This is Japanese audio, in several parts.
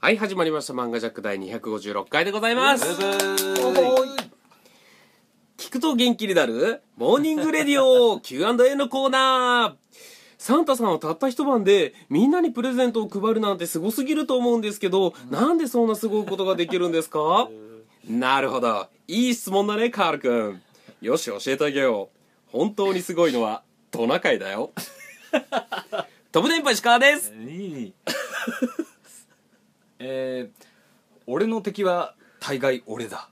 はい始まりました「漫画ジャック」第256回でございます聞くと元気になる「モーニングレディオ Q&A」のコーナーサンタさんはたった一晩でみんなにプレゼントを配るなんてすごすぎると思うんですけど、なんでそんなすごいことができるんですかなるほどいい質問だねカール君よし教えてあげよう本当にすごいのはトナカイだよ飛ぶ電波石川ですいい えー、俺の敵は大概俺だ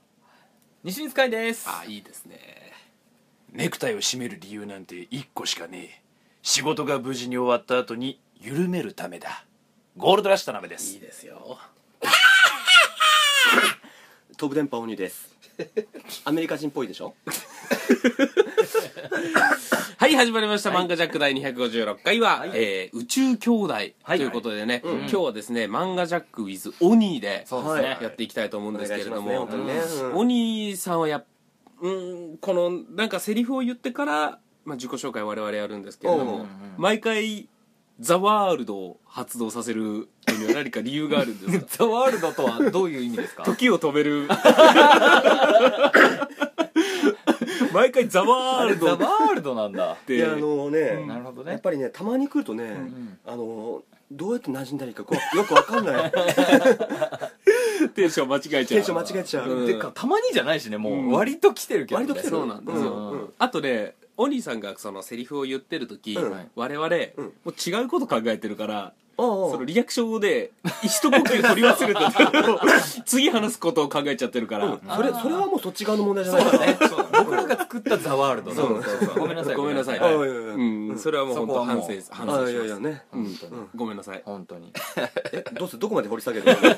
西光海ですあいいですねネクタイを締める理由なんて一個しかねえ仕事が無事に終わった後に緩めるためだゴールドラッシュ田辺でいいすです よ飛ぶ電波鬼です。アメリカ人っぽいでしょ。 はい、始まりました。漫画ジャック第256回は、えー宇宙兄弟ということでね、今日はですね、漫画ジャック with オニーでですねやっていきたいと思うんですけれども、お願いしますね本当にねうんオニーさんはやっ、うん、この、なんかセリフを言ってから、まあ、自己紹介我々やるんですけれどうんうもんうん、毎回、ザワールドを発動させるのには何か理由があるん ですかザワールドとはどういう意味ですか時を止める。 毎回ザワールドザワっールドなんだいて。やあのね、なるほどねやっぱりねたまに来るとね、んあのどうやって馴染んだらいいかこうよくわかん ない。テンション間違えちゃうテンション間違えちゃう。うんてかたまにじゃないしねもうんう割と来てるけど、ね割と来てる。そうなんですようんうんあとねオニーさんがそのセリフを言ってる時、うん我々、もう違うこと考えてるから、ああそのリアクションで一呼吸取り忘れてた次話すことを考えちゃってるから、うんそれそれはもうそっち側の問題じゃそなういだねそうだね僕らが作ったザワールドだそうそうそうごめんなさいごめんなさい、ああいやはいいやいやうんそれはもう本当そこは反も省うです反あ省あいしやいまやすね。うんごめんなさい本当にえどうせどこまで掘り下げるの。 じゃ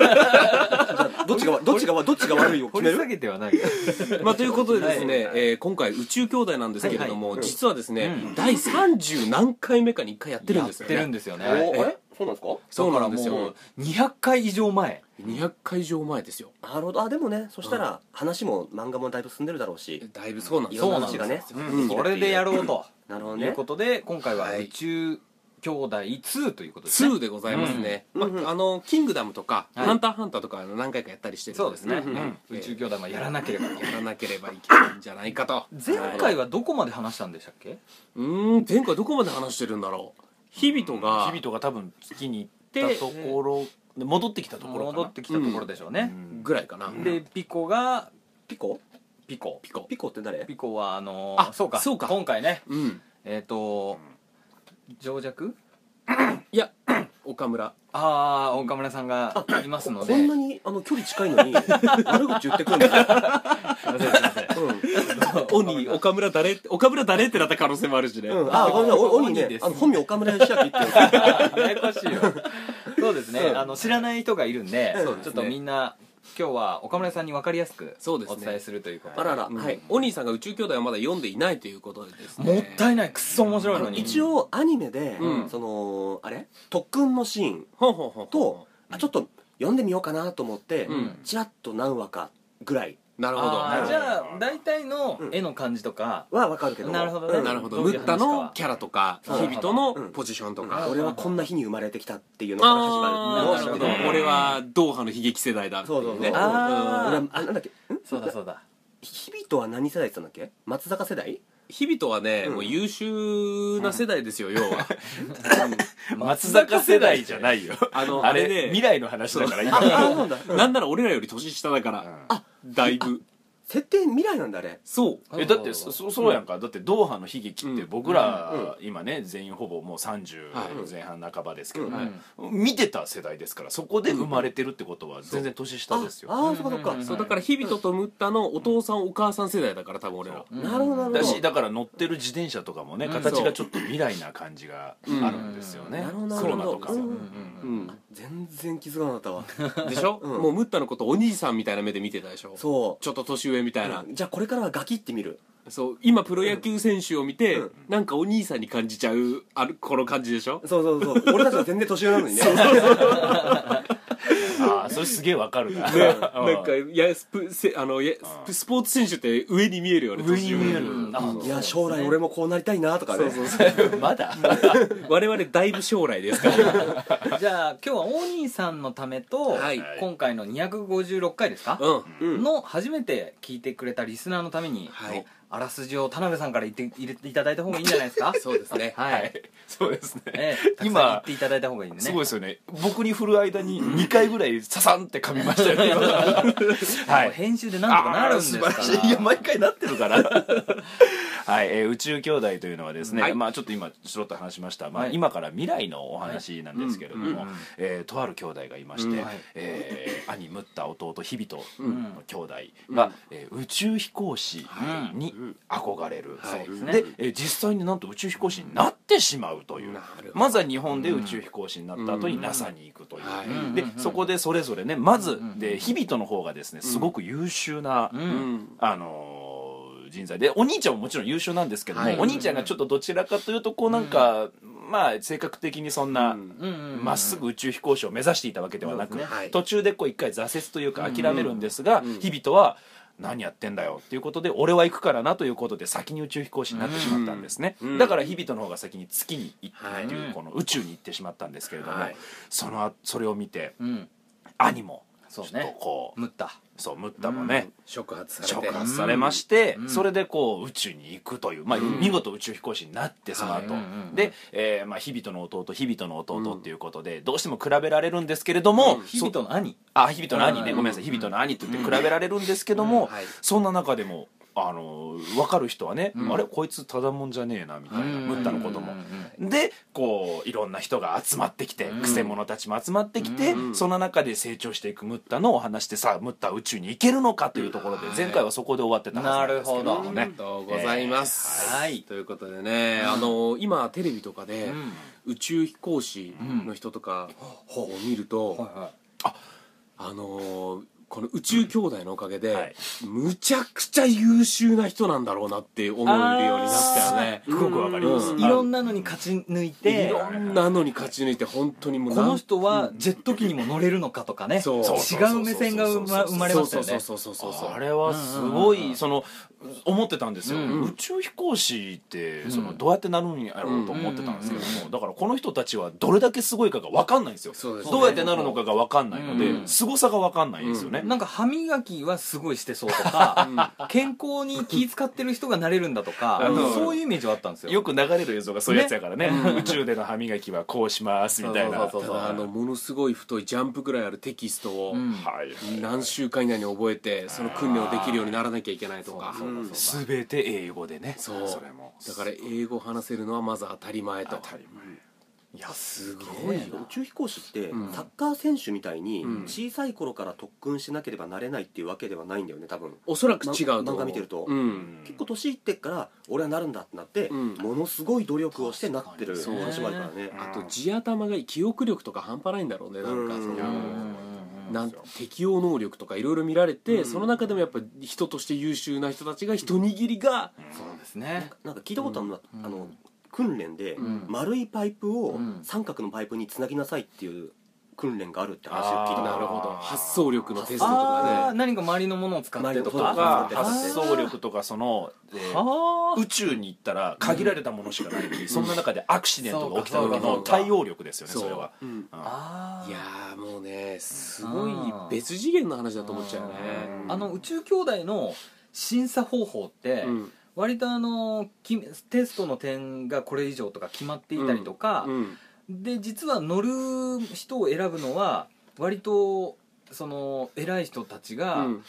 あどっちがどっちがどっちが悪いを掘決り下める。げてはないけどまあ、ということでですね、えー今回宇宙兄弟なんですけれども、実はですね、第30何回目かに1回やってるんですやよってねるんですよねおえあれそうなんですか。そうなんですだからもよう200回以上前200回以上前ですよなるほどあでもねそしたら話も漫画もだいぶ進んでるだろうし。だいぶそうなんですいろんなよ話がね。うんそれでやろうとなるほとどいうねこ。とで今回ははい宇宙兄弟2ということですね2でございますね、うんうんうまんあ、あのキングダムとか、はいハンターハンターとか何回かやったりしてるそうですんね、うん宇宙兄弟もやらなければとやらなければいけないんじゃないかと前はい回はどこまで話したんでしたっけうーん前回どこまで話してるんだろう日々とが日々とか多分月に行ったところで戻ってきたところかな戻ってきたところでしょうね、ぐらいかな、でピコがピコ？ピコピコピコって誰？ピコはあのあそうかそうか今回ねうんえっ、と情弱いや 岡村ああ岡村さんがいますのこでんなにあの距離近いのに悪口言ってくるんだ。 鬼 岡村誰って岡村誰ってなった可能性もあるしね、うん、あ、ごめんなさい、お鬼鬼ねで、すあの本名岡村義明っていう。 ややこしいよそうですね、あの知らない人がいるんでそうですねちょっとみんな今日は岡村さんに分かりやすくそおうですね伝えするということあらら、うんはい。鬼さんが宇宙兄弟はまだ読んでいないということでですねもったいないくっそ面白いのに一応アニメで、うんそのあれ特訓のシーンほんほんほんほと、あちょっと読んでみようかなと思って、うんちらっと何話かぐらいんなるほどあーじゃあ大体の絵の感じとか、はわかるけどなるほどねうんなるほどどうムいうッ話タのキャラかはキャラとそかう日々とのうんポジションとか、俺はこんな日に生まれてきたっていうのから始まあるあのーをなるほどうん俺はドーハの悲劇世代だっていそうそうそう、ね俺あーはあなんだっけんそうだそうだ日々とは何世代って言ったんだっけ松坂世代日々とはね、うんもう優秀な世代ですよ、要は松坂世代じゃないよあのああれれね未来の話だから今ああなんだ、うんなんなら俺らより年下だから、だいぶ設定未来なんだあれそうえだってそそそうやんか、だってドーハの悲劇って僕ら、今ね全員ほぼもう30前半半ばですけど、はい見てた世代ですからそこで生まれてるってことは全然年下ですよ、ああーそっかそっか、そうだから日々ととムッタのお父さんお母さん世代だから多分俺らなるほどなるほどだしだから乗ってる自転車とかもね形がちょっと未来な感じがあるんですよね、なるほどなコるロほナどとかさ、うんうん全然気づかなかったわでしょ、もうムッタのことお兄さんみたいな目で見てたでしょそうちょっと年上みたいな、じゃあこれからはガキってみるそう今プロ野球選手を見て、うんなんかお兄さんに感じちゃうあるこの感じでしょ そうそうそう俺たちは全然年上なのにねああそれすげえわかるな、ね、なんうんかいやスプせあのいやススポーツ選手って上に見えるよね上に見える、途中あいや将来俺もこうなりたいなとかねそうそうまだ我々だいぶ将来ですからねじゃあ今日はオニーさんのためと、はい今回の256回ですか、うんうんの初めて聞いてくれたリスナーのために、はいあらすじを田辺さんから言って入れていただいた方がいいんじゃないですかそうですねはい、そうですね、ええ、たくさん言今っていただいた方がいいんでねすごいですよね僕に振る間に2回ぐらいササンって噛みました よね今はもう編集でなんとかなるんですからあー素晴らしいいや毎回なってるから はい、えー宇宙兄弟というのはですね、はいまあちょっと今ちょろっと話しました、まあ、はい今から未来のお話なんですけれども、えーとある兄弟がいまして、うんはいえー兄ムッタ弟ヒビトんの兄弟が、えー宇宙飛行士に憧れる、はいそうそうでえー実際になんと宇宙飛行士になってしまうというなるほどまずは日本で宇宙飛行士になった後に NASA に行くという、はいでそこでそれぞれねまずで日々との方がですねすごく優秀な、ううんんあのー人材でお兄ちゃんももちろん優秀なんですけども、はいお兄ちゃんがちょっとどちらかというとこうなんか、まあ性格的にそんな。うんうんうんうんまっすぐ宇宙飛行士を目指していたわけではなく、そうですねはい途中でこう一回挫折というか諦めるんですが、日々とは何やってんだよっていうことで俺は行くからなということで先に宇宙飛行士になってしまったんですね、うんだから日々との方が先に月に行ってっていう、はいこの宇宙に行ってしまったんですけれども、はいそのそれを見てうん兄もちそょっうとねこうむったそうムッタもね、触発されて触発されまして、うんそれでこう宇宙に行くという、まあ、見事宇宙飛行士になってその後、はいうんうんで、えーまあ、日々との弟日々との弟っていうことで、どうしても比べられるんですけれども、日々との兄あ日々との兄ね、うんごめんなさい日々との兄って言って比べられるんですけども、うんはいそんな中でも。あの分かる人はね、あれこいつただもんじゃねえなみたいな、ムッタのことも、うんうんうんでこういろんな人が集まってきて、くせ者たちも集まってきて、その中で成長していくムッタのお話でさあムッタは宇宙に行けるのかというところで、前回はそこで終わってたはずなんですけどもあねりがとうございます、えーはいということでね、あの今テレビとかで、宇宙飛行士の人とかを見ると、はいはいあのーこの宇宙兄弟のおかげで、うんはいむちゃくちゃ優秀な人なんだろうなって思えるようになったよねすごくわかります、ういろんなのに勝ち抜いていろんなのに勝ち抜いて本当にもうこなんの人はジェット機にも乗れるのかとかねそう違う目線が生ま生まれましたよねそうそうそうそうそうそうあれはすごうんうんうんういんその思ってたんですよ、うん宇宙飛行士ってそうんのどうやってなるんやろうと思ってたんですけども、だからこの人たちはどれだけすごいかが分かんないんですよそうですねどうやってなるのかが分かんないので、うん凄さが分かんないんですよね、なんか歯磨きはすごいしてそうとか、健康に気使ってる人がなれるんだとか、うんそういうイメージはあったんですよよく流れる映像がそういうやつやからね宇宙での歯磨きはこうしますみたいなそうそうただあのものすごい太いジャンプぐらいあるテキストをうんはい何週間以内に覚えてその訓練をできるようにならなきゃいけないとかうん全て英語でねそうそれもだから英語を話せるのはまず当たり前と当たり前いやすごすごいよ宇宙飛行士ってうんサッカー選手みたいにうん小さい頃から特訓しなければなれないっていうわけではないんだよね多分おそらく違うと思なうんか見てるとうん結構年いってっから俺はなるんだってなってうんものすごい努力をしてなってる確かに話もあるからねそあとう地頭がいい記憶力とか半端ないんだろうねなんかうんそいやうんうのんなん適応能力とかいろいろ見られて、うんその中でもやっぱ人として優秀な人たちが一握りが、そうですねなんか聞いたことあるのはうんあの訓練でん丸いパイプをうん三角のパイプにつなぎなさいっていう訓練があるって話を聞ういたんこなとるあほどあー発想力のテストとあかあね何か周りのものを使ってとか周りのことかあー発想力とかそのえーはあ宇宙に行ったら限られたものしかないのにそんな中でアクシデントが起きた時の対応力ですよねそうそれはるうんうんあーいやーもうねすごいあー別次元の話だと思っちゃうよねあの宇宙兄弟の審査方法って、うん割とあのきテストの点がこれ以上とか決まっていたりとか、うんで実は乗る人を選ぶのは割とその偉い人たちうが、ん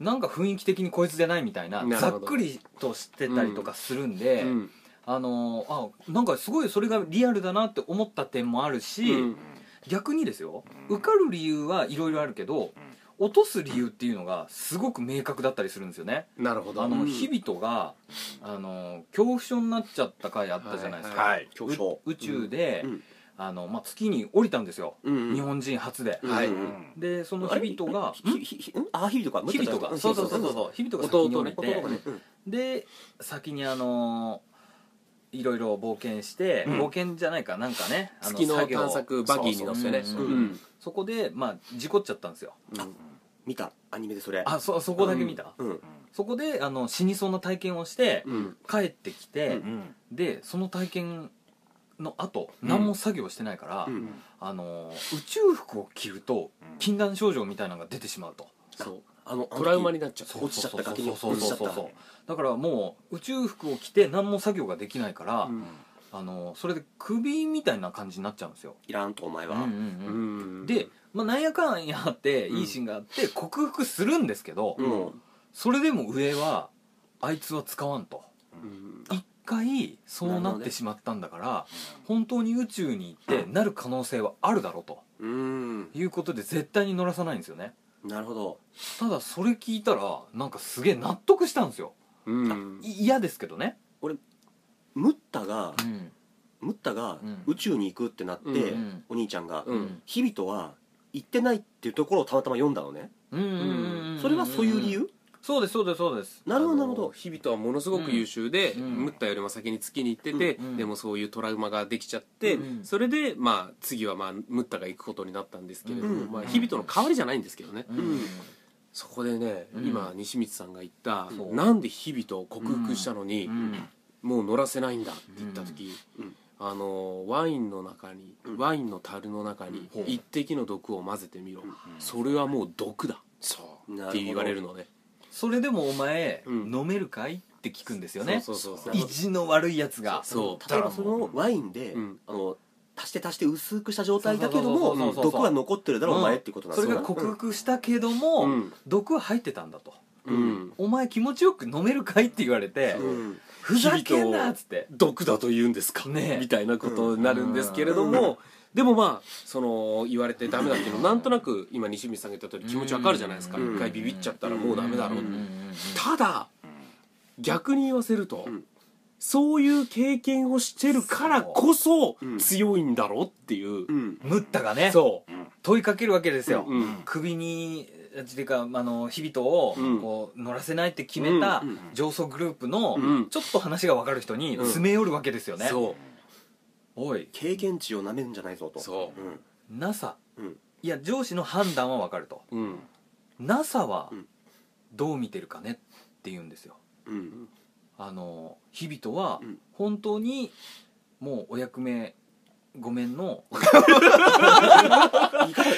なんか雰囲気的にこいつじゃないみたいななるほざどっくりとしてたりとかするんで、うんあのあなんかすごいそれがリアルだなって思った点もあるし、うん逆にですよ受かる理由はいろいろあるけど落とす理由っていうのがすごく明確だったりするんですよね。なるほどあうのん日々とがあの恐怖症になっちゃった回あったじゃないですか、はい恐怖症う宇宙で、うんあのまあ、月に降りたんですよ、うんうん日本人初で、はいうんでそのあれ日々とがひひひんあ日々とか日々とうがんそうそうそうそう日々とが先に弟降ねり弟てがねうんで先にあのいろいろ冒険して、うん冒険じゃないかなんかねあ月の作業探索バギーに乗ってねそうそうそううんうんそこでまあ事故っちゃったんですようん見たアニメでそれあそそこだけ見た、うんそこであの死にそうな体験をして、うん帰ってきて、うんでその体験の後うん何も作業してないから、うんあの宇宙服を着るとうん禁断症状みたいなのが出てしまうとそうあのトラウマになっちゃう落ちちゃった崖にそうそう落ちちそゃうっそうたそうだからもう宇宙服を着て何も作業ができないから、うんあのそれで首みたいな感じになっちゃうんですよ、いらんとお前うんうんはうんうんで、まあ、なんやかんやあっていいシーンがあって克服するんですけど、もそれでも上はあいつは使わんとうん一回そうなるなほっどてねしまったんだから本当に宇宙に行ってなる可能性はあるだろうとううんいうことで絶対に乗らさないんですよねなるほどただそれ聞いたらなんかすげえ納得したんですようんい嫌ですけどねムッタがうんムッタがうん宇宙に行くってなってうんうんお兄ちゃんがうんん日々とは行ってないっていうところをたまたま読んだのねうんうんうんそれはそういう理由そうですそうですそうですなるほどなるほあのど日々とはものすごく優秀で、うんムッタよりも先に月に行ってて、うんうんでもそういうトラウマができちゃって、うんそれでまあ次はまあムッタが行くことになったんですけれども、うんまあ、日々との代わりじゃないんですけどね、うんうんそこでね、うん今西光さんが言った、そうなんで日々とを克服したのに、うんもう乗らせないんだって言った時、うんあのワインの中に、うんワインの樽の中にうん一滴の毒を混ぜてみろ、それはもう毒だそうなるほどって言われるのねそれでもお前うん飲めるかいって聞くんですよねそうそうそう意そう地の悪いやつがそう例えばそのワインでうんあの足して足して薄くした状態だけどそうそうそうもそうそう毒は残ってるだろうおん前っていうことなんそだれよがな克服したけども、うん毒は入ってたんだとうん、お前気持ちよく飲めるかいって言われてうんうんふざけんなっつって毒だと言うんですか、ねえみたいなことになるんですけれども、でもまあその言われてダメだっていうのなんとなく今西光さんが言った通り気持ちわかるじゃないですか、うん一回ビビっちゃったらもうダメだろう、んんんただ逆に言わせると、うんそういう経験をしてるからこそうん強いんだろうっていう、うんムッタがねそ問いかけるわけですよ、う、うん首にっていうかあの日々とをうんこう乗らせないって決めたうんうん上層グループのうんちょっと話が分かる人にうん詰め寄るわけですよね、そおい経験値をなめるんじゃないぞと、そうん NASA うんいや上司の判断は分かるとう、うん NASA はうんどう見てるかねって言うんですようんあの日々とはうん本当にもうお役目ごめんの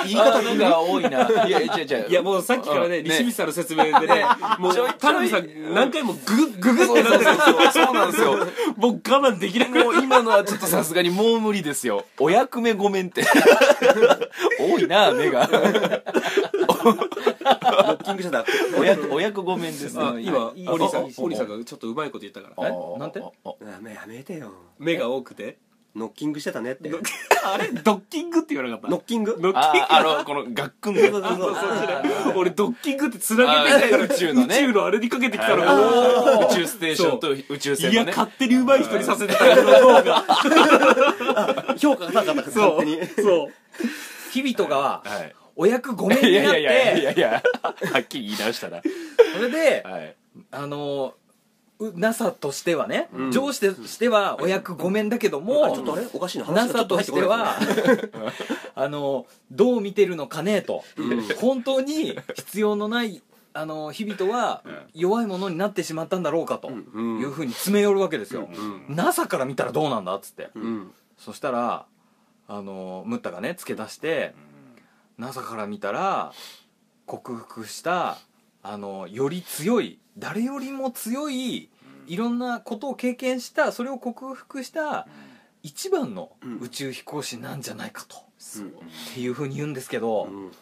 言い方なんか多いないやいやいやいやもうさっきからねうん西光さんの説明でねもうちょいちょい田辺さん何回もグググってなってそうそうそうそうなんですよ僕我慢できなく もう今のはちょっとさすがにもう無理ですよお役目ごめんって 多いな目がノッキングしてたお役お役ごめんですねあ今いい堀さんいい堀さんがちょっとうまいこと言ったからえあなんてああやめやめてよ目が多くてノッキングしてたねってノあれドッキングって言わなかっッキングノッあああのこのガックンそうそうそうた俺ドッキングってつなげてきたからあー宇宙のね宇宙のあれにかけてきたら宇宙ステーションと宇宙い船やのね勝手にうまい人にさせてたの方が評価が高かったからそ勝う手にそう日々とかははいお役ごいめんやいになっやいやいてやいやはっきり言い直したなそれではいあのう NASA としてはねうん上司としてはお役ごめんだけどあちょっとあもれおかしいな話がちょ NASA っとと入しっててこないはあのどう見てるのかねとん本当に必要のないあの日々とは弱いものになってしまったんだろうかとんうんいうふうに詰め寄るわけですよん NASA から見たらどうなんだっつってうんそしたらあのムッタがね付け出して、NASA から見たら克服したあのより強い誰よりも強いいろんなことを経験したそれを克服した一番のうん宇宙飛行士なんじゃないかと、うんっていうふうに言うんですけど、うん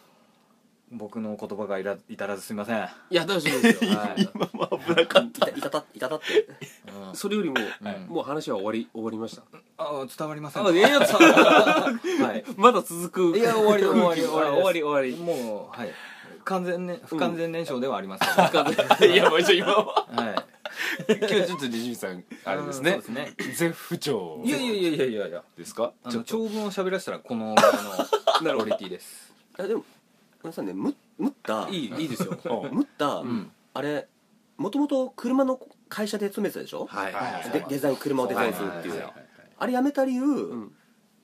僕の言葉がいら至らずすいません、はいや大丈夫ですよいいたいたたいたたってうんそれよりもうんもう話は終わり終わりましたあ伝わりませんあええやつはい まだ続くいや終わり終わ空気り終わりですあ終わり終わりもうはい完全、ね、不完全燃焼ではありますけど、いやもう一応今ははい今日ちょっと西見さんあれですねうんそうですね絶不調いやいやいやいやいやいやですかあちょのっと長文を喋らせたらこのぐらいのクオリティですあでもごめんなさいねむむったいいいいですようんむったんあれもともと車の会社で勤めてたでしょ、はいはいでデザイン車をデザインするってはいいう、はいはいあれやめた理由、ん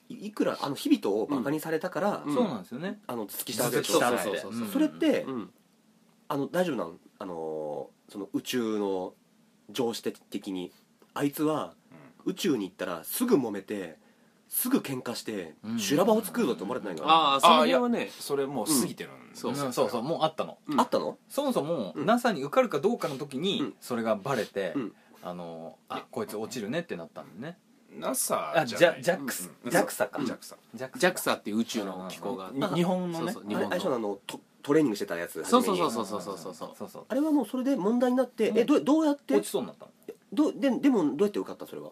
いいくらあの日々とをバカにされたから、んそうなんですよねあの突ききしたわけでしそょうそうそううんそれって、うんあの大丈夫なのあのーその宇宙の常識的にあいつは宇宙に行ったらすぐ揉めてすぐ喧嘩してうん修羅場を作るぞって思われてないから、ああその辺はねそれもう過ぎてるんそううんそうそうもうあったのうんあったのそもそもうん NASA に受かるかどうかの時うにんそれがバレてうんあのあこいつ落ちるねってなったんでね NASA あじジゃなャいジャックスうんジャクサかうんジ JAXA ャク JAXA っていう宇宙の機構がに日本のねそうそうあ日れ本あれじゃあののトトレーニングしてたやつそうそうそう初めにそうそうそうそうそうそうそうあれはもうそれで問題になって、えどどうやって落ちそうになったのどうででもどうやって受かったそれは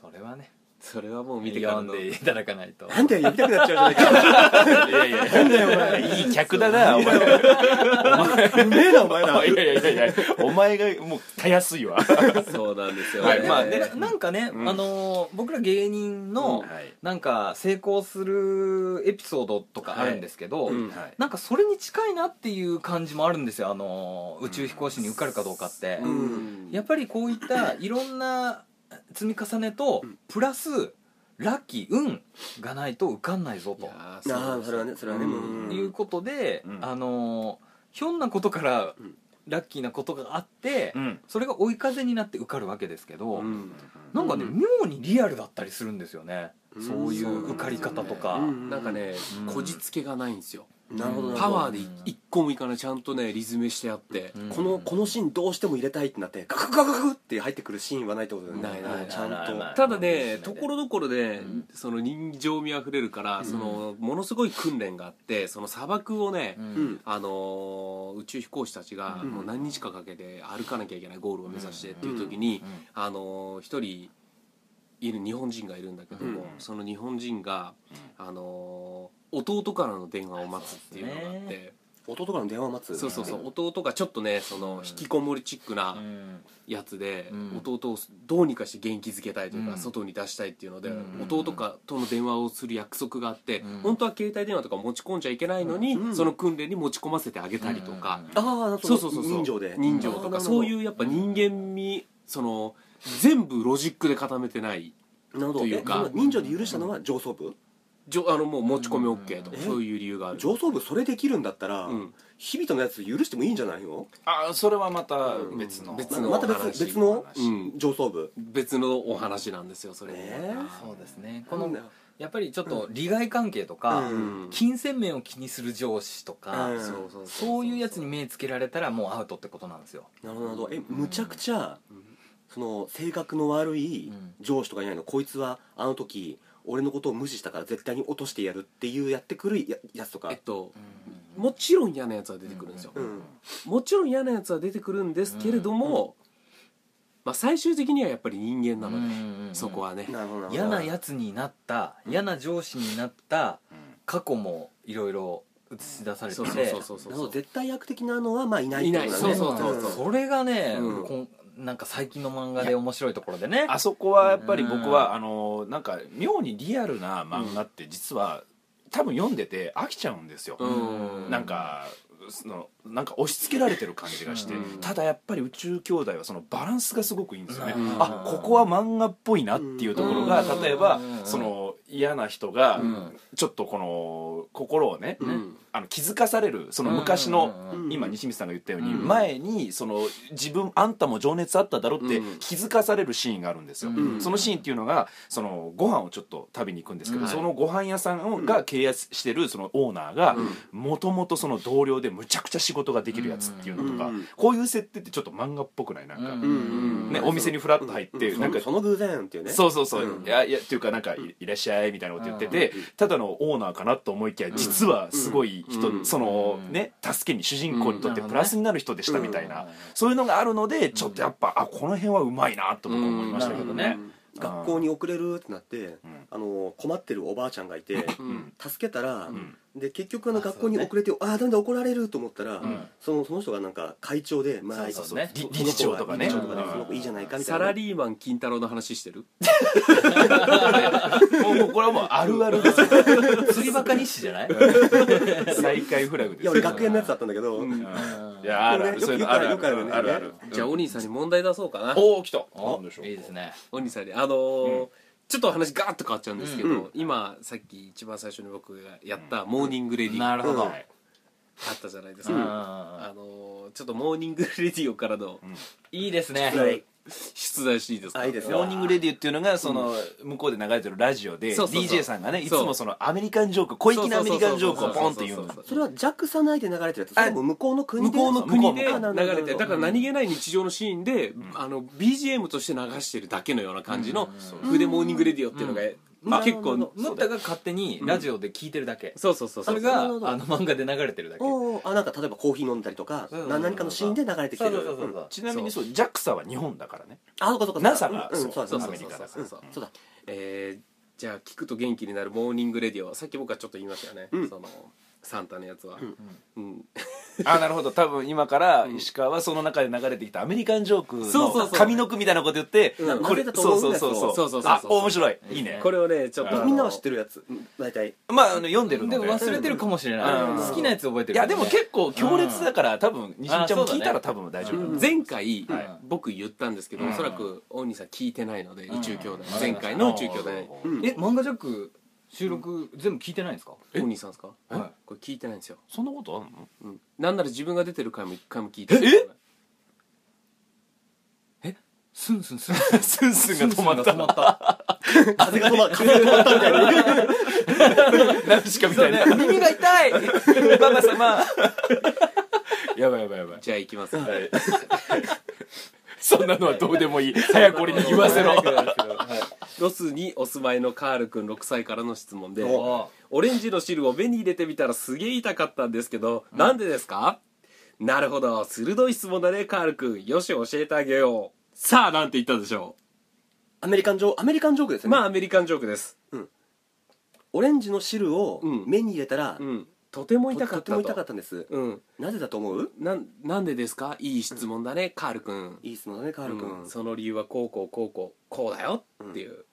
それはねそれはもう見てから読んのでいただかないとなんで呼びたくなっちゃうじゃないかいやいやなんだよお前いい客だなお前うめえなお前らいやいやいやいやお前がもうたやすいわそうなんですよねはいまあねねななんかねうんあのー僕ら芸人のはいなんか成功するエピソードとかあるんですけどはいうんはいなんかそれに近いなっていう感じもあるんですよあのー宇宙飛行士に受かるかどうかってううんんやっぱりこういったいろんな積み重ねとプラスラッキー運がないと受かんないぞいとやーああうそれはねそれはね、うんうんいうことで、うんあのーひょんなことからうんラッキーなことがあって、うんそれが追い風になって受かるわけですけど、うんなんかね、うん妙にリアルだったりするんですよね、うんそういう受かり方とか、うんなんかねうんこじつけがないんですよなるほどなるほどパワーでいうん一個もいかないちゃんとねリズメしてあってうんこのこのシーンどうしても入れたいってなってガクガクガクって入ってくるシーンはないってことだよねないないちゃんないないとただねところどころでんその人情味あふれるからそのものすごい訓練があってその砂漠をねうんうんあのー宇宙飛行士たちがうんもう何日かかけて歩かなきゃいけないゴールを目指してっていう時にうんあのー一人いる日本人がいるんだけどもうんその日本人があのー弟からの電話を待つっていうのがあそうっでて弟からの電話を待つそうそうそう弟がちょっとねその引きこもりチックなうんやつで、うん弟をどうにかして元気づけたいというか、うん外に出したいっていうので、うん弟かとの電話をする約束があって、うん本当は携帯電話とか持ち込んじゃいけないのに、うんその訓練に持ち込ませてあげたりとか、うんああそうそうそうそう人情で人情とかそういうやっぱ人間味その全部ロジックで固めてないなるほどというかえその人情で許したのは上層部じょあのもう持ち込み OK とか、うんそういう理由がある。上層部それできるんだったらうん日々とのやつ許してもいいんじゃないのあそれはまた別のうん別のまた別話別の話うん、上層部別のお話なんですよそれもねそうですねここのやっぱりちょっと利害関係とか、うん金銭面を気にする上司とか、うんそうそうそういうやつに目つけられたらもうアウトってことなんですよなるほどなるほどえむちゃくちゃその性格の悪い上司とかいないのこいつはあの時俺のことを無視したから絶対に落としてやるっていうやってくるややつとかえっともちろん嫌なやつは出てくるんですよ、うんもちろん嫌なやつは出てくるんですけれども、まあ、最終的にはやっぱり人間なので、そこはね、なるほどなるほど嫌なやつになった嫌な上司になったうん過去もいろいろ映し出されてそうてそうそうそうそなるうほど絶対悪的なのはまあいないってことだねいないそうそうそうそうそれがね、うんこんなんか最近の漫画で面白いところでねあそこはやっぱり僕は、うんあのなんか妙にリアルな漫画って実は、多分読んでて飽きちゃうんですよ、うんなんかそのなんか押し付けられてる感じがして、うんただやっぱり宇宙兄弟はそのバランスがすごくいいんですよね、うんあここは漫画っぽいなっていうところが、うん例えば、うんその嫌な人が、うんちょっとこの心をね、うんあの気づかされるその昔の、今西光さんが言ったように、うん前にその自分あんたも情熱あっただろってうん気づかされるシーンがあるんですよ、うんそのシーンっていうのがそのご飯をちょっと食べに行くんですけど、はいそのご飯屋さんをが経営してるそのオーナーがもともとその同僚でむちゃくちゃ仕事ができるやつっていうのとか、うんこういう設定ってちょっと漫画っぽくないなんか、うんうんねうんお店にフラッと入ってうんなんかその偶然っていうねそうそうそう、ういんやいやっていうかなんかいいらっしゃいみたいなこと言ってて、ただのオーナーかなと思いきや実はすごい人、うんそのうんね助けに主人公にとってうんプラスになる人でしたみたいな、そういうのがあるのでちょっとやっぱ、あこの辺はうまいなと僕思いましたけどね。学校に遅れるってなってんあの困ってるおばあちゃんがいてうん助けたら、んで結局あのあ学校にそうね遅れて、ああだんだん怒られると思ったら、んそのその人がなんか会長で、まあ、そうそうねそ理理事長とかねその子が理事う長とかんその子いいじゃないかみたいサなラリーマン金太郎の話してるもうもうこれはもうあるあるです釣りバカ日誌じゃない再開フラグですいや俺学園のやつだったんだけど、んいやあるあるよくそういうのあるあよくあるよるくああるるよねあるじゃあお兄さんに問題出そうかなおお来たおなんでしょういいですねお兄さんにあのーちょっと話ガーッと変わっちゃうんですけど、うんうん今さっき一番最初に僕がやった「モーニングレディ」なるほど、うんあったじゃないですうか、んあのーちょっとモーニングレディオからのいいですね、はい出題していいですかあいいですよモーニングレディオっていうのがその向こうで流れてるラジオでそうそうそう DJ さんがねいつそうもそのアメリカンジョーク小粋なアメリカンジョークをポンって言うのそうそうそうそうそれは弱さないで流れてるやつそれも向こうの向国でこうの国であなるほど流れてだからなる何気ない日常のシーンで、あの BGM として流してるだけのような感じの「筆モーニングレディオ」っていうのが、まあ、結なる構ほムッタが勝手にラジオで聞いてるだけ、そうそうそうそそれうがあそうそうそうの漫画で流れてるだけほどおーあなんか例えばコーヒー飲んだりとかそうそうそうな何かのシーンで流れてきてるそうそうそうそううんちなみにそう JAXA は日本だからねあそうかそうか NASA がうんうんそそううそだうそううそうアそだメリカだかそらうそうそうだえーじゃあ聞くと元気になる「モーニングレディオ」さっき僕はちょっと言いましたよね、うんそのサンタのやつは、うんあなるほど多分今から石川はその中で流れてきたアメリカンジョークそうそうのそう上の句みたいなこと言ってうんこれ混ぜたとそ思ううそんうだそうそうそうそうそうそうあ面白いいいねこれをねちょっとあのみんなは知ってるやつうん大体まああの読んでるのでも忘れてるかもしれない、うん好きなやつ覚えてるいやでも結構強烈だから多分西見ちゃんも聞いたらあ多分大丈夫うん前回、はい僕言ったんですけど、おそらく大西さん聞いてないので、宇宙兄弟うん前回の宇宙兄弟うんえ漫画ジャック収録全部聞いてないんですか、大西さんですか、はいこれ聞いてないんですよ、そんなことあるのうんなんなら自分が出てる回も一回も聞いてないえスンスンスンスンスンスンが止まった止まった風が止ま風が止まったみたいなナウシカみたいな耳が痛いママ様やばいやばいやばいじゃあ行きます、そんなのはどうでも いい早く俺 に言わせろ ロスにお住まいのカールくん6歳からの質問でおオレンジの汁を目に入れてみたらすげえ痛かったんですけど、なんでですかなるほど鋭い質問だねカールくんよし教えてあげようさあなんて言ったでしょ アメリカンジョーアメリカンジョークですうよねまあアメリカンジョークですオレンジの汁をうん目に入れたらうんとてもと痛かとったっても痛かったんですうんなぜだと思うなんなんでですかいい質問だね、カールくんいい質問だねカール君うんその理由はこうこうこうこうこうだよっていう、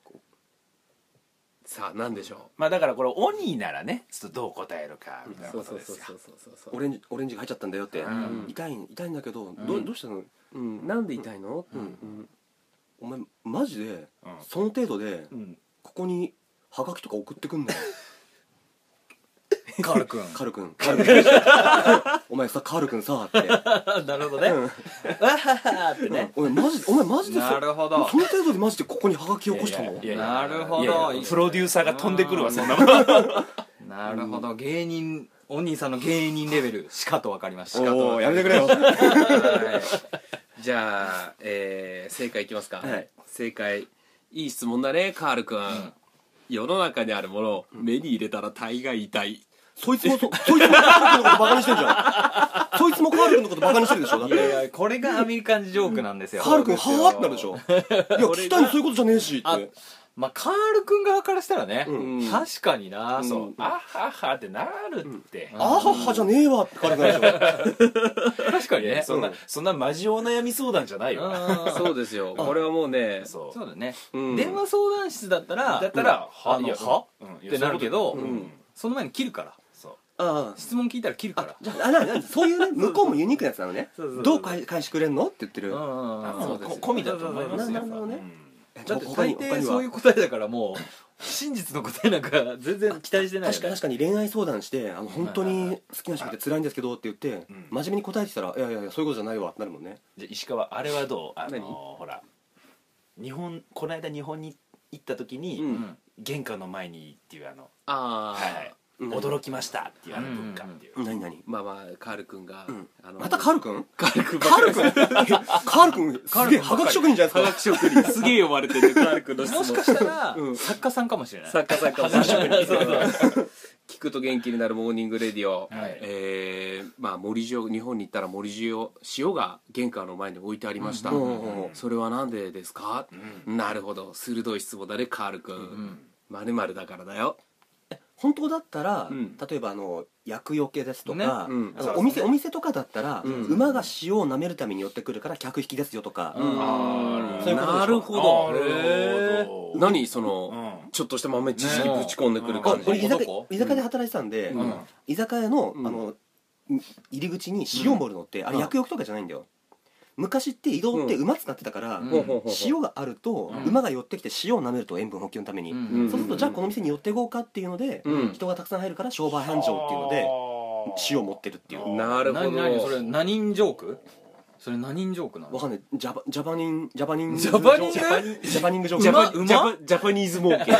さあなんでしょうまあだからこれオニーならねちょっとどう答えるかみたいなそうことそうそうですよそうそうそうオレンジオレンジが入っちゃったんだよってん痛い痛いんだけどどどうしたのうん、なんで痛いの、うんお前マジでうんその程度でうんここにハガキとか送ってくんなよ カール君カール君カール君お前さカール君さって なるほどね、 わははってね、お前マジお前マジでそなるほどその程度でマジでここにハガキ起こしたのいやいやなるほどいやいやプロデューサーが飛んでくるわそんなもんなるほど芸人お兄さんの芸人レベルしかと分かりましたおおやめてくれよじゃあ、えー正解いきますか、はい正解いい質問だねカールくん、世の中にあるものを目に入れたら大概痛い、 そいつもそそいつもカール君のことバカにしてんじゃんそいつもカール君のことバカにしてるでしょだっいてやいやこれがアメリカンジョークなんですよカール君はあってなるでしょいや聞きたいのそういうことじゃねえしっあてまあカール君側からしたらね、うん確かにな、そそううあははってなるってあははじゃねえわってカール君なんでし ょ確かにねそんなそんなマジお悩み相談じゃないようんそうですよ これはもうねそうそうだね、うん電話相談室だったらだったらうんはあのいやはってなるけどその前に切るからそああ質問聞いたら切るからじゃあななそういうね 向こうもユニークなやつなのねそうそうそうどう返返してくれんのって言ってるうんうんうんうそそううですよ込みだと思いますなよるほどねえだって他大に他抵にはそういう答えだからもう真実の答えなんか全然期待してないよ確かね確かに恋愛相談してあの本当に好きな人って辛いんですけどって言ってん真面目に答えてたらいやいやいやそういうことじゃないわってなるもんねじゃあ石川あれはどうあ何のほら日本この間日本に行った時に、うんうん玄関の前にっていうあの、ああ、はいはいうん驚きましたっていうあの文化っていう、何何まあまあカールくんが、うんあのまたカール君カールくんばっカかーりル君カール君すげえハガキ職人じゃない科ですか学職人すげえ呼ばれてるカールくんの質問もしかしたら、うん作家さんかもしれない作家さんかもしれない 聞くと元気になるモーニングレディオ、はいえーまあ森塩日本に行ったら森塩塩が玄関の前に置いてありました、うんうんうんそれはなんでですか、なるほど鋭い質問だねカール君、まるまるだからだよ本当だったらうん例えばあの薬よけですとねかうんあのお店お店とかだったらうん馬が塩を舐めるために寄ってくるから客引きですよとかうんあそういうことでしょなるほどなるほど何その、うんちょっとした豆知識ぶち込んでくるあ感あじ、俺居ど酒こ屋居酒屋で働いてたんで、うん居酒屋の,、うんあのい入り口に塩盛るのって、あれ薬浴とかじゃないんだよ昔って移動って馬使ってたから、うんほうほうほう塩があると、うん馬が寄ってきて塩を舐めると塩分補給のために、んそうするとじゃあこの店に寄っていこうかっていうので、うん人がたくさん入るから商売繁盛っていうので塩を持ってるっていうなるほど何何それ何人ジョークそれ何人ジョークなわのかんないジャバジャパニンジャパニングジャパニングジャパニングジャパニングジョークジャパ馬ジャパジャパニーズ儲けジ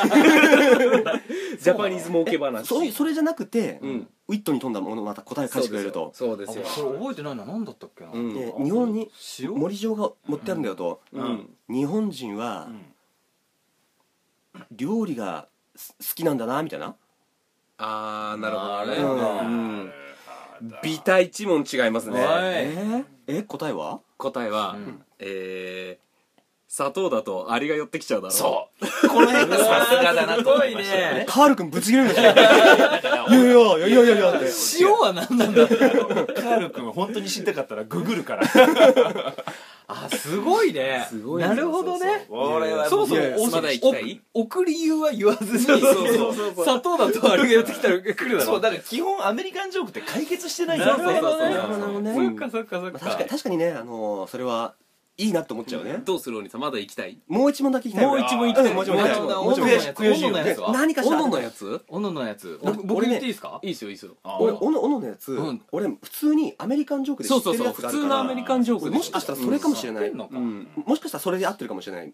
ャパニーズ儲け話そういうそれじゃなくて、うんウィットに富んだものをまた答え返してくれるとそうですそよれ覚えてないな何だったっけな、うんで日本に塩森城が持ってあるんだよと、うん日本人は料理がす好きなんだなみたいなああなるなるほほどどねうん美体一問違いますねはいえーえ答えは答えは、うんえー砂糖だとアリが寄ってきちゃうだろそうこの辺がさすがだなと思いました ねカール君ぶち切れるんだよいやいやいやいやいやいやって塩は何なんだろうカール君本当に知りたかったらググるからあすごいねすごいねなるほどね俺はそもそいやいやもおまだ行きたいお送り理由は言わずにそうそうそうそう砂糖だとあれが寄ってきたら来るだろそうだから基本アメリカンジョークって解決してないなからるほどねそうそうそうそうそっかそっかそっまあか確かに確かにね、あのーそれはいいなって思っちゃうねどうするお兄さんまだ行きたいもう一問だけ聞きたいもう一問行きたいうんもう一問も行う一きた問いももう一問行きだたい悔しいよで何かしら斧のやつ斧のやつ僕僕俺ね言っていいですかいいですよいいですよあ俺斧斧のやつ、うん俺普通にアメリカンジョークで知そうってそうるそうや普つがある通かのらアメリカンジョークこでれすもしかしたらそれかもしれない、知ってんのかうんもしかしたらそれで合ってるかもしれない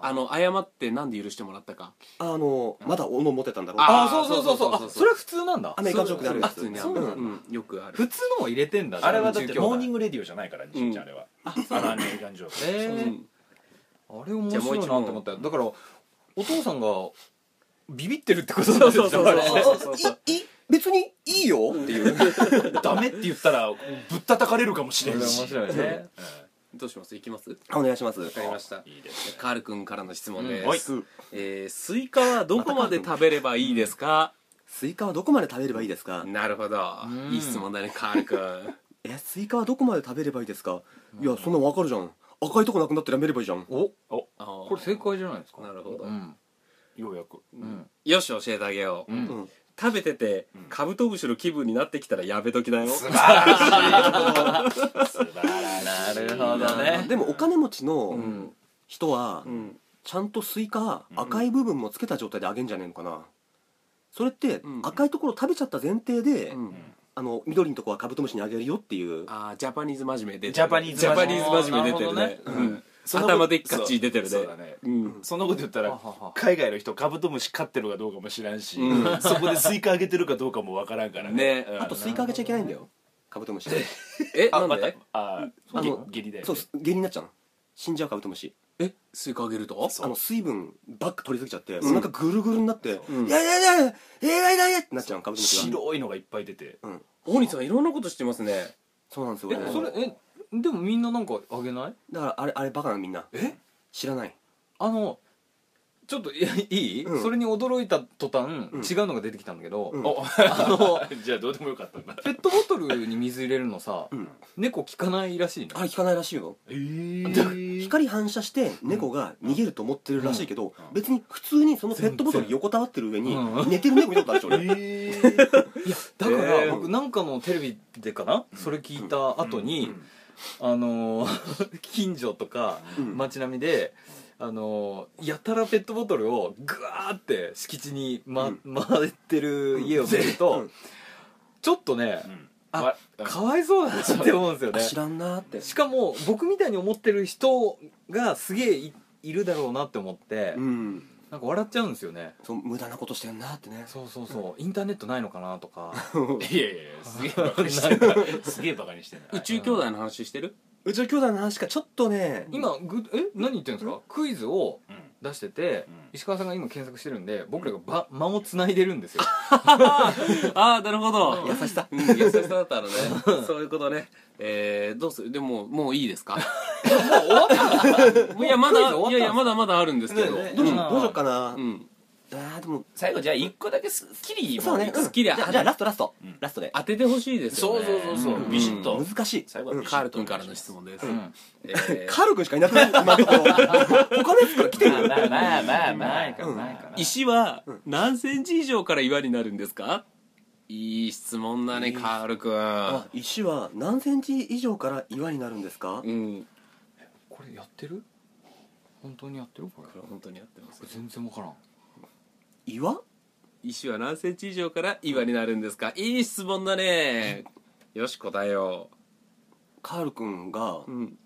あの謝ってなんで許してもらったかあのーまだ斧持ってたんだろうああそうそうそうそうそうそうそうそうあそれは普通なんだアメリカンジョークであるやつ普通にあそるうなんだうんよくある普通のを入れてんだあれはだって19モーニングレディオじゃないから西ちゃんあれはあのアメリカンジョークうえんーあれ面じゃあも白うい一な問と思ったよだからお父さんがビビってるってことなんですそようそうそうあれそうそうそうそういい別にいいよっていうダメって言ったらぶったたかれるかもしれんしそれ面白いねどうします行きますわお願いしますかりましたいいですねカール君からの質問うんはでいすえースイカはどこまで食べればいいですかスイカはどこまで食べればいいですかなるほどうんいい質問だねカール君えスイカはどこまで食べればいいですかいやそんなわかるじゃん赤いとこなくなってやめればいいじゃんおあーこれ正解じゃないですかなるほどうんようやくうんよし教えてあげようううんん食べててカブトムシの気分になってきたらやべときだよ素晴らしい素晴らなしいるほどねでもお金持ちのうん人はうんちゃんとスイカ赤い部分もつけた状態で揚げんじゃねえのかなそれってうん赤いところ食べちゃった前提でうんあの緑のとこはカブトムシにあげるよっていうあージャパニーズ真面目出てるジャパニーズジャ真パ面ニ目ーズ真面目出てるなるねほうどねんそんなこと頭でっかち出てるそうねだねうんそんなこと言ったはらはは海外の人カブトムシ飼ってるかどうかも知らんし、うんそこでスイカあげてるかどうかもわからんからねねあとスイカあげちゃいけないんだよカブトムシってえあなんまたでああのゲリだよねそう下痢になっちゃうの死んじゃうカブトムシえスイカあげるとあの水分ばっか取りすぎちゃって、お腹ぐるぐるになって「うんいやいやいやいやいやいやいや」ってなっちゃうのカブトムシが白いのがいっぱい出てうん大西さんいろんなことしてますねそうなんですよ、えね、それえでもみんななんかあげないだからあれあれバカなのみんなえ知らないあのちょっといやいい、うんそれに驚いた途端、うん違うのが出てきたんだけど、うんおあの じゃあどうでもよかったんだペットボトルに水入れるのさ、うん猫効かないらしいねあれ効かないらしいよええ 光反射して猫が逃げると思ってるらしいけうど、ん別に普通にそのペットボトル横たわってる上にうん寝てる猫見たことあるでしょ俺いやだから、えー僕なんかのテレビでかな、それ聞いた後に、あの ー近所とかうん街並みで、あのーやたらペットボトルをグワーって敷地に、ま回ってる家を見ると、うんちょっとね、あわかわいそうだなって思うんですよあね知らんなーってしかも僕みたいに思ってる人がすげえいいるだろうなって思って、うんなんか笑っちゃうんですよねそう無駄なことしてんなーってねそうそうそうインターネットないのかなと かいやいやいやすげえバカにしてんなすげえバカにしてん宇な宙兄弟の話して るうちの兄弟の話がちょっとね今ぐえ何言ってるんですかクイズをうん出してて、うん石川さんが今検索してるんで僕らがば間をつないでるんです よああなるほど優しさうん優しさだったらねそういうことねえーどうするでももういいですかいやまクイズだ終わった んですかいやいやまだまだあるんですけどねえねえどうしようどうしようかな、うんあーでも最後じゃあ一個だけすっきりそうねもうん好きでじゃあじゃあラストラスト、んラストで当ててほしいですよそうねそうそうそう、うんビシッと、難しい最後はビシッとカール君からの質問です、んえーカール君しかいなくない今のところ他のやつから来てるまあまあまあまあうんないかな石は何センチ以上から岩になるんですかいい質問だねカール君あ石は何センチ以上から岩になるんですかうんこれやってる本当にやってるこれこれ本当に合ってます全然わからん岩石は何センチ以上から岩になるんですかいい質問だねよし答えよカール君がう、うん、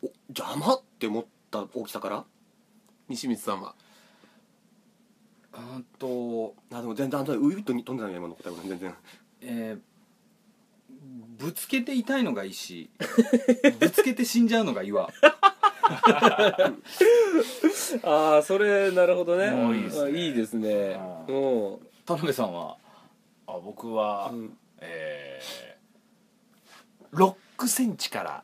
お邪魔って思った大きさから西光さんはうんとあでも全然あんたウイウイと飛んでないね今の答えは全然えーぶつけて痛いのが 石ぶつけて死んじゃうのが岩ああそれなるほどねもういいですねあいいですねうも田辺さんはあ僕は、うんえー、6センチから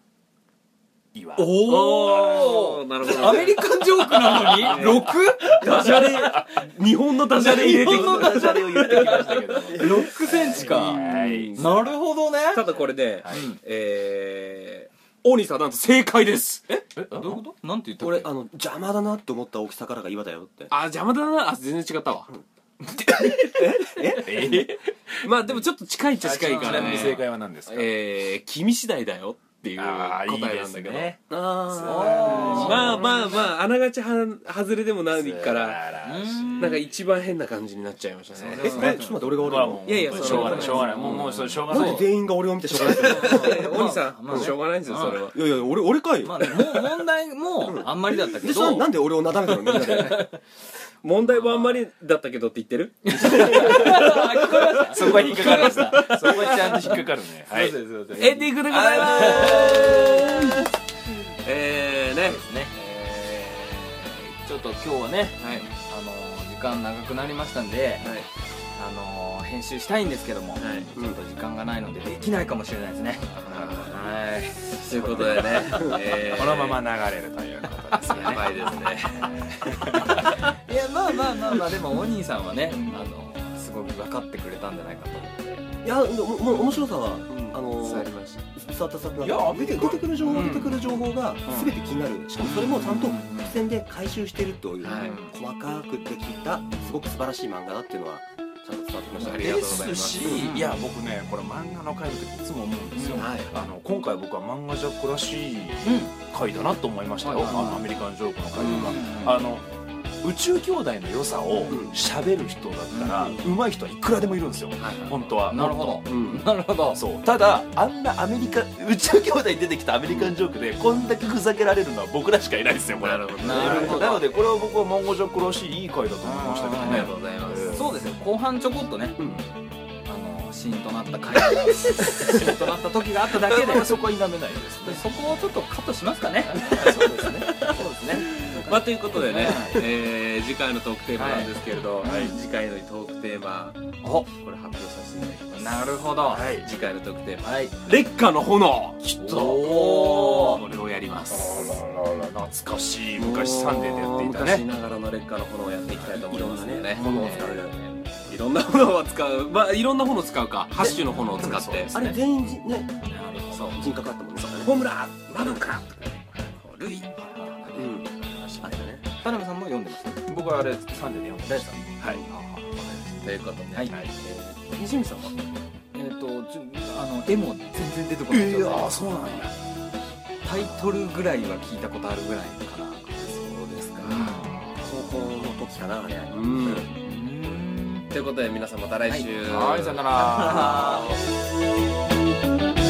岩うおおおおなるほどアメリカンジョークなの に 6? ダジャレ日本のダジャレ入れてき日本たのダジャれを言ってきましたけど6センチかはいなるほどねただこれで、はいえー、大西さんなんと正解ですええどういうことなんて言ったっ俺けあの邪魔だなって思った大きさからが岩だよってあ邪魔だなあ全然違ったわえまあでもちょっと近いっちゃ近いー、かちらなみねに正解は何ですか、えー、君次第だよっていうあ答あいえいでなんすだけどねあまあまあまああながちは外れでもないからうんなんか一番変な感じになっちゃいましたねええちょっと待って俺が俺のいやいやしょうがないしょうがないもうもうそれしょうがななんでい全員が俺を見てしょうがないのえ 大西さん、まあまあねしょうがないんですよそれは、 いやいや俺俺かい、まあねもう問題もあんまりだったけでそれどはなんで俺をなだめたのみんなで問題はあんまりだったけどって言ってるそこは引っかかりましたそこはちゃんと引っかかるねはいそうそうそうエンディングでございますえーねねえちょっと今日はねーはいあの時間長くなりましたんではいあの編集したいんですけども、いちょっと時間がないのでできないかもしれないですねはいということ でね、えーこのまま流れるということですねやばいですね いやまあまあまあまあでもお兄さんはね、あのすごく分かってくれたんじゃないかと思っていやでももう面白さは、あの座ーりました伝わった伝わったいや出て出てくる情報、出てくる情報が全て気になる、しかもそれもちゃんと付箋で回収してるという、はい細かくできたすごく素晴らしい漫画だっていうのはちゃんと伝わってきましたありがとうでございますし、いや僕ねこれ漫画の回の時いつも思うんですよ、はいあの今回僕は漫画ジャックらしい回だなと思いましたよ、はいはいはいあのアメリカンジョークの回とか、うんあの宇宙兄弟の良さを喋る人だったら、上手い人はいくらでもいるんですよ、本当はなるほうんどなるほどそうただあんなアメリカ宇宙兄弟に出てきたアメリカンジョークでこんだけふざけられるのは僕らしかいないですよこれなるほどねなるほどなのでこれは僕は漫画ジャックらしいいい回だと思いましたけどありねがとうございます、そうですよ後半ちょこっとね、あのシーンとなった回シーンとなった時があっただけでそこは否めないですね そこをちょっとカットしますかねそうですねそうですねまあ、ということでね、えー次回のトークテーマなんですけれど、はいはい次回のトークテーマおこれ発表させていただきますなるほどはい次回のトークテーマはい「烈火の炎」きっおーこれをやります懐かしい昔サンデーでやっていた昔ねながらの烈火の炎をやっていきたいと思いますのでねいろんなね炎を使うよいろんな炎を使うまあいろんな炎を使うか8種の炎を使ってあれ全員じねそう人格あったもんねホームランマドンカルイうんあれだね田辺さんも読んでます僕はあれサンデーで読んでましたはいということで、はいはいえー西見さんはえっ、とちょあの絵も全然出てこない状態そうなんやタイトルぐらいは聞いたことあるぐらいかなそうですか高校の時かなあれうんうんということで皆さんまた来週、はいはいさよならあー